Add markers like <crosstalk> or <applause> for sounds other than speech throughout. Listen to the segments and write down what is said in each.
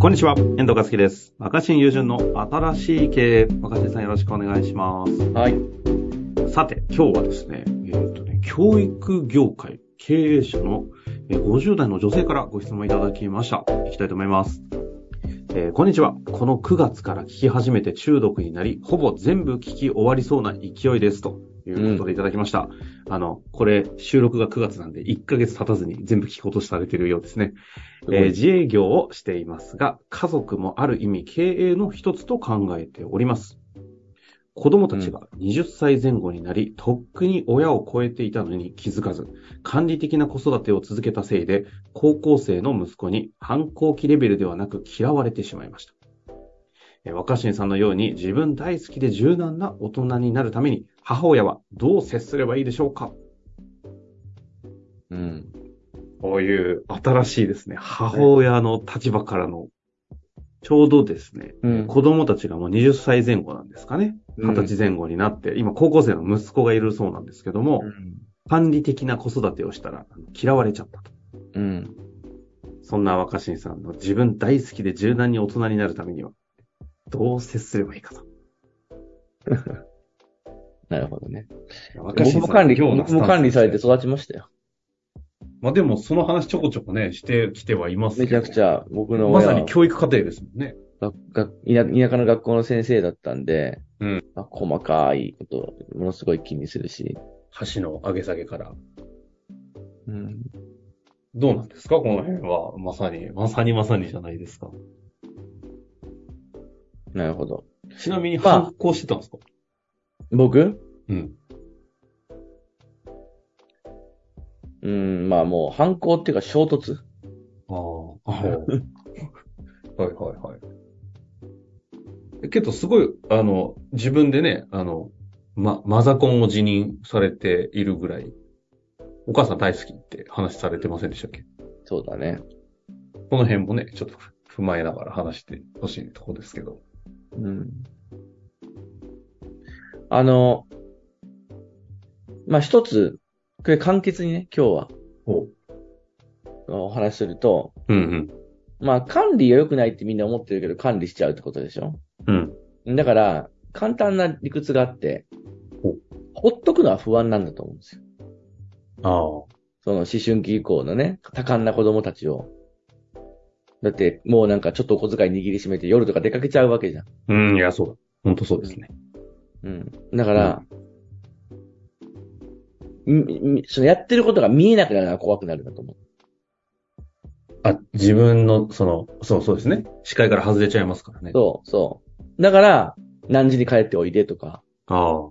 こんにちは、遠藤和樹です。若新友人の新しい経営、若新さんよろしくお願いします。はい。さて、今日はですね、えーとね、教育業界経営者のえー50代の女性からご質問いただきました。いきたいと思います。えーこんにちは。この9月から聞き始めて中毒になり、ほぼ全部聞き終わりそうな勢いです。ということでいただきました。あの、これ、収録が9月なんで、1ヶ月経たずに全部聞き落としされているようですね。えー自営業をしていますが、家族もある意味経営の一つと考えております。子供たちが20歳前後になり、とっくに親を超えていたのに気づかず、管理的な子育てを続けたせいで、高校生の息子に反抗期レベルではなく嫌われてしまいました。えー若新さんのように自分大好きで柔軟な大人になるために、母親はどう接すればいいでしょうかうん。こういう新しいですね、母親の立場からの、ちょうどですね、うん。子供たちがもう20歳前後なんですかね。うん20歳前後になって、今高校生の息子がいるそうなんですけども、管理的な子育てをしたら嫌われちゃったと。うん。そんな若新さんの自分大好きで柔軟に大人になるためには、どう接すればいいかと。なるほどね。若僕新さんも管理、今日の僕も管理されて育ちましたよ。まあでもその話ちょこちょこね、してきてはいますめちゃくちゃ僕のま親さはに教育課程ですもんね。がが田田舎の学校の先生だったんで、うんまあ細かいこと、ものすごい気にするし、橋の上げ下げから。うん、どうなんですかこの辺は。まさに、まさにまさにじゃないですか。なるほど。ちなみにまあ反抗してたんですか、僕うん。うん、まあもう反抗っていうか衝突。ああ、 <laughs> はい。はいはいはいえ。けどすごい、あの、自分でね、あの、ま、マザコンを辞任されているぐらい、お母さん大好きって話されてませんでしたっけそうだね。この辺もね、ちょっと踏まえながら話してほしいとこですけど。うん。あの、まあ一つ、これ簡潔にね、今日はおう。お話しすると、うんまあ、管理が良くないってみんな思ってるけど、管理しちゃうってことでしょうん。うん。だから、簡単な理屈があってお、ほっとくのは不安なんだと思うんですよ。ああ。その思春期以降のね、多感な子供たちを。だって、もうなんかちょっとお小遣い握りしめて夜とか出かけちゃうわけじゃん。うん、いや、そうだ。本当そうですね。うん。だから、みみそのやってることが見えなくなるのが怖くなるんだと思う。あ、自分の、その、そうそうですね。視界から外れちゃいますからね。そう、そう。だから、何時に帰っておいでとか、ああ。は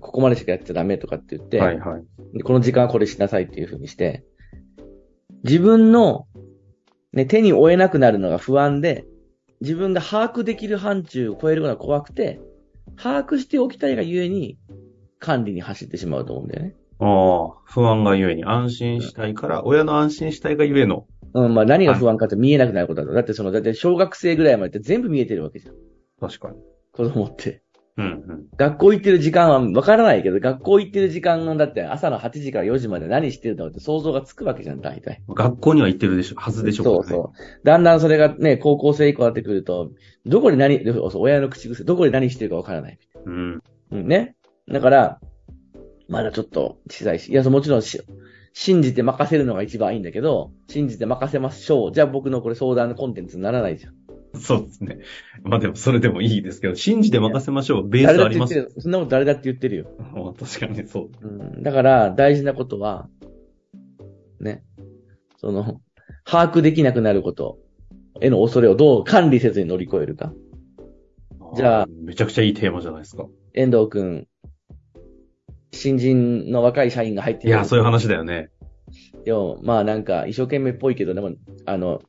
ここまでしかやっちゃダメとかって言って、いはい。でこの時間はこれしなさいっていう風にして、自分の、ね、手に負えなくなるのが不安で、自分が把握できる範疇を超えるのが怖くて、把握しておきたいがゆえに、管理に走ってしまうと思うんだよね。ああ、不安がゆえに安心したいから、親の安心したいがゆえの。うん、まあ何が不安かって見えなくなることだと。だってその、だって小学生ぐらいまでって全部見えてるわけじゃん。確かに。子供って。うん、学校行ってる時間はわからないけど、学校行ってる時間の、だって朝の8時から4時まで何してるだろうって想像がつくわけじゃん、大体。うん。学校には行ってるでしょ、はずでしょそうそう。だんだんそれがね、高校生以降になってくると、どこで何、そう親の口癖、どこで何してるかわからない。うそう。うん。うんね。だから、まだちょっと小さいし、いや、そうもちろんし、信じて任せるのが一番いいんだけど、信じて任せましょう。じゃあ僕のこれ相談のコンテンツにならないじゃん。そうですね。まあでも、それでもいいですけど、信じて任せましょう。ベース誰だっあてり言まってす。る。そんなこと誰だって言ってるよ。ああ確かにそう。うん、だから、大事なことは、ね、その、把握できなくなることへの恐れをどう管理せずに乗り越えるか。じゃあーめちゃくちゃいいテーマじゃないですか。遠藤くん、新人の若い社員が入っていや、そういうう話だよね。でも、まあなんか、一生懸命っぽいけど、でも、あの、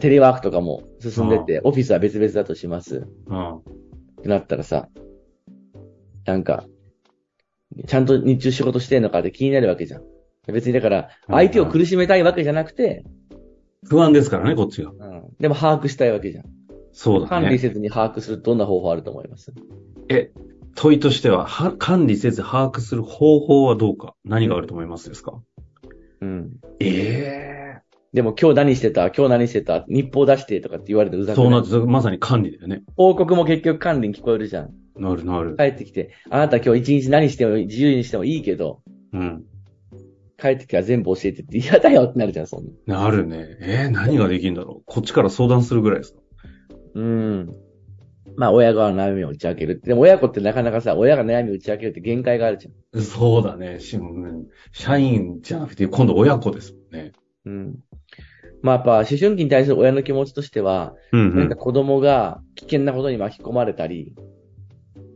テレワークとかも進んでて、オフィスは別々だとします。うん。ってなったらさ、なんか、ちゃんと日中仕事してんのかって気になるわけじゃん。別にだから、相手を苦しめたいわけじゃなくて、不安ですからね、こっちが。うん、でも把握したいわけじゃん。そうだ管理ね。せずに把握するどんな方法あると思いますえ、問いとしては、は、管理せず把握する方法はどうか何があると思いますですかうん。ええでも今日何してた今日何してた日報出してとかって言われてうざくそうなないんです。まさに管理だよね。報告も結局管理に聞こえるじゃん。なるなる。帰ってきて、あなた今日一日何しても自由にしてもいいけど、うん。帰ってきたら全部教えてって嫌だよってなるじゃん、そんな。なるね。えー何ができるんだろう。こっちから相談するぐらいですか。うん。まあ、親側の悩みを打ち明ける。でも親子ってなかなかさ、親が悩みを打ち明けるって限界があるじゃん。そうだね。しうん社員じゃなくて、今度親子ですもんね。うん。まあやっぱ、思春期に対する親の気持ちとしては、うん、うなんかん。子供が危険なことに巻き込まれたり、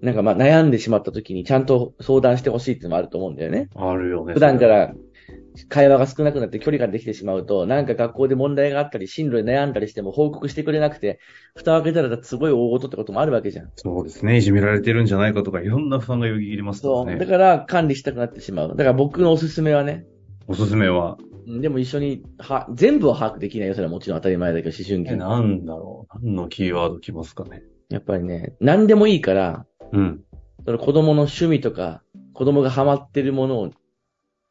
なんかまあ悩んでしまった時にちゃんと相談してほしいっていうのもあると思うんだよね。あるよね。普段か。ら会話が少なくなって距離ができてしまうと、なんか学校で問題があったり、進路で悩んだりしても報告してくれなくて、蓋を開けたらすごい大事ってこともあるわけじゃん。そうですね。いじめられてるんじゃないかとか、いろんな不安がよぎりますそもう。んね。だから管理したくなってしまう。だから僕のおすすめはね、おすすめは。うんでも一緒に、は、全部は把握できないよ。それはもちろん当たり前だけど、思春え、期。なんだろう。何のキーワードきますかね。やっぱりね、何でもいいから、うん。その子供の趣味とか、子供がハマってるものを、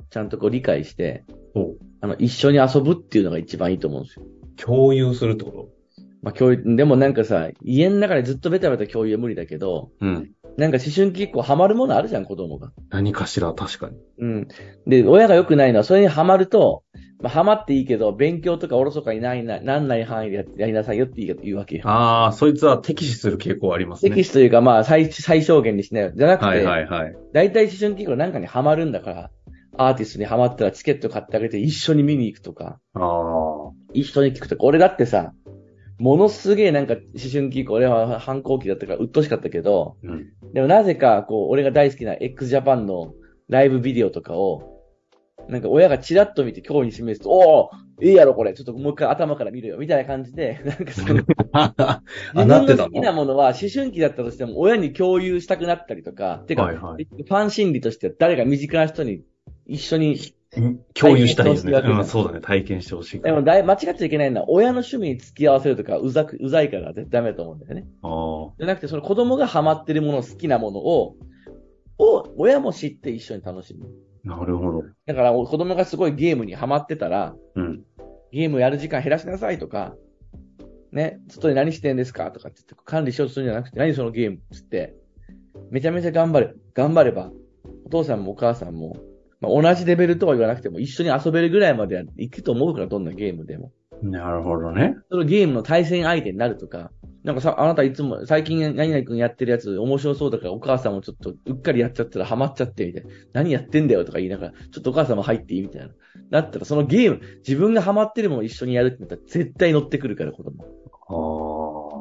ちゃんとこう理解して、おあの、一緒に遊ぶっていうのが一番いいと思うんですよ。共有するってこまあ、教育、でもなんかさ、家の中でずっとベタベタ共有は無理だけど、とうん。なんか思春期以降ハマるものあるじゃん、子供が。何かしら、確かに。うん。で、親が良くないのは、それにハマると、まあ、ハマっていいけど、勉強とかおろそかにないな、なんない範囲でややりなさいよって言う言うわけよ。ああ、そいつは敵視する傾向ありますテね。キストというか、まあ最、最小限にしない。じゃなくて、はいはいはい。大体思春期頃なんかにハマるんだから、アーティストにハマったらチケット買ってあげて一緒に見に行くとか、ああ。一緒に聞くとか、俺だってさ、ものすげえなんか思春期以降、俺は反抗期だったから鬱陶しかったけど、うん。でもなぜか、こう、俺が大好きな x ジャパンのライブビデオとかを、なんか親がチラッと見て興味示すと、おおいいやろこれちょっともう一回頭から見るよみたいな感じで、なんかその、 <laughs> あ、自なって分のた <laughs> 好きなのものは思春期だったとしても親に共有したくなったりとか、てか、はいはいファン心理として誰か身近な人に一緒に、共有したいよ体験してほしいね。わけだうん、そうだね。体験してほしいかでら。もだい間違っちゃいけないのは親の趣味に付き合わせるとかうざく、うざいから絶対ダメだと思うんだよね。ああ。じゃなくてその子供がハマってるもの、好きなものを、を親も知って一緒に楽しむ。なるほど。だからお子供がすごいゲームにハマってたら、うん。ゲームやる時間減らしなさいとか、ね、外で何してんですかとかって言って管理しようとするんじゃなくて、何そのゲームっつって、めちゃめちゃ頑張れ、頑張れば、お父さんもお母さんも、まあ、同じレベルとは言わなくても一緒に遊べるぐらいまでは行くと思うから、どんなゲームでも。なるほどね。そのゲームの対戦相手になるとか、なんかさ、あなたいつも、最近何々くんやってるやつ面白そうだからお母さんもちょっとうっかりやっちゃったらハマっちゃってみたいな。何やってんだよとか言いながら、ちょっとお母さんも入っていいみたいな。なったらそのゲーム、自分がハマってるものを一緒にやるってなったら絶対乗ってくるから子供。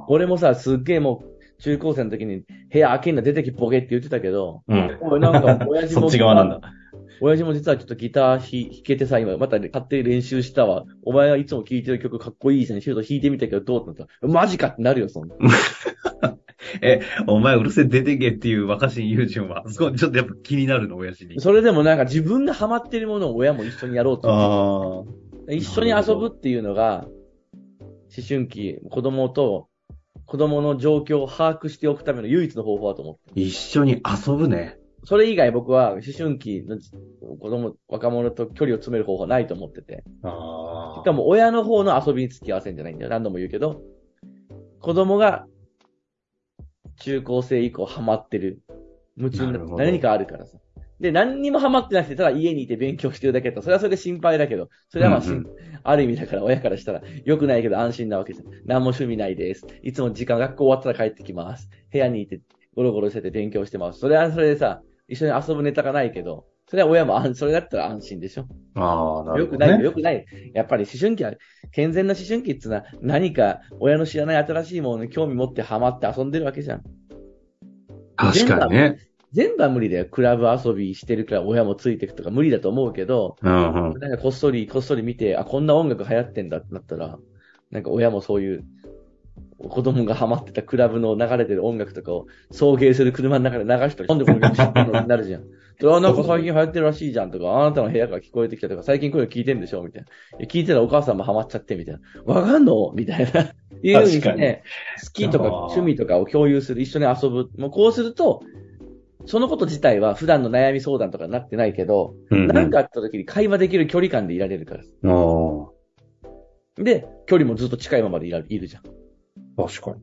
ああ。俺もさ、すっげえもう中高生の時に部屋開けんな出てきボケって言ってたけど、うん。おいな <laughs> んか親父も。そっち側なんだ。親父も実はちょっとギターひ弾けてさ、今またね買って練習したわ。お前がいつも聴いてる曲かっこいいじゃん。シュート弾いてみたけどどうってなったらマジかってなるよ、そんな。お前うるせえ出てけっていう若新友人は、そこちょっとやっぱ気になるの、親父に。それでもなんか自分がハマってるものを親も一緒にやろうと。あ一緒に遊ぶっていうのが、思春期、子供と、子供の状況を把握しておくための唯一の方法だと思ってる。一緒に遊ぶね。それ以外僕は思春期の子供、若者と距離を詰める方法はないと思ってて。あしかも親の方の遊びに付き合わせんじゃないんだよ。何度も言うけど、子供が中高生以降ハマってる。夢中なになるっほてど何かあるからさ。で、何にもハマってなくて、ただ家にいて勉強してるだけだと、それはそれで心配だけど、それはまあ、しうんある意味だから親からしたら、良くないけど安心なわけじゃん。何も趣味ないです。いつも時間、学校終わったら帰ってきます。部屋にいて、ゴロゴロしてて勉強してます。それはそれでさ、一緒に遊ぶネタがないけど、それは親も安、それだったら安心でしょ。ああ、なるよほくど、ね。ないよ、よくない。やっぱり思春期は、健全な思春期ってのは何か親の知らない新しいものに興味持ってハマって遊んでるわけじゃん。確かにね。全部は無理だよ。クラブ遊びしてるから親もついてくとか無理だと思うけど、うんうん。なんかこっそり、こっそり見て、あ、こんな音楽流行ってんだってなったら、なんか親もそういう、子供がハマってたクラブの流れてる音楽とかを送迎する車の中で流したり、なんでこの曲知ってんのになる <laughs> じゃん。であ、なんか最近流行ってるらしいじゃんとか、あなたの部屋から聞こえてきたとか、最近こういうの聞いてんでしょみたいな。いや聞いたらお母さんもハマっちゃって、みたいな。 <laughs> わかんのみたいな。いうようにし確かにて、好きとかあー趣味とかを共有する、一緒に遊ぶ。もうこうすると、そのこと自体は普段の悩み相談とかになってないけど、うん、うん。何かあった時に会話できる距離感でいられるから。ああ。で、距離もずっと近いままでいらいるじゃん。だ確かに。か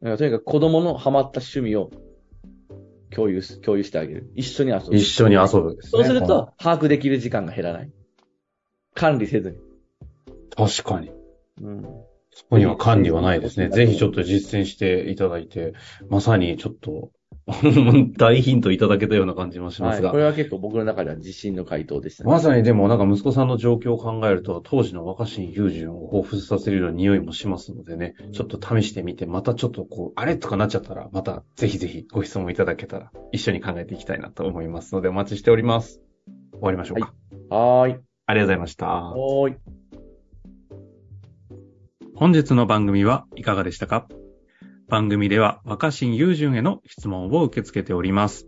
らとにかく子供のハマった趣味を共有す、共有してあげる。一緒に遊ぶ。一緒に遊ぶですそね。うすると、把握できる時間が減らない。管理せずに。うん。確かに。うん。そこには管理はないですね。ぜひちょっと実践していただいて、まさにちょっと、 <laughs> 大ヒントいただけたような感じもしまはすい。が。これは結構僕の中では自信の回答でしたね。まさにでもなんか息子さんの状況を考えると、当時の若新友人を彷彿させるような匂いもしますのでね、ちょっと試してみて、またちょっとこう、あれとかなっちゃったら、またぜひぜひご質問いただけたら、一緒に考えていきたいなと思いますので、お待ちしております。終わりましょうか。ははーい。ありがとうございました。はーい。本日の番組はいかがでしたか番組では若新雄純への質問を受け付けております。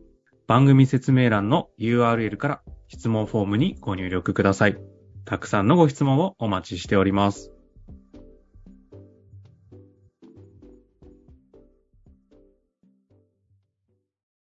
番組説明欄の URL から質問フォームにご入力ください。たくさんのご質問をお待ちしております。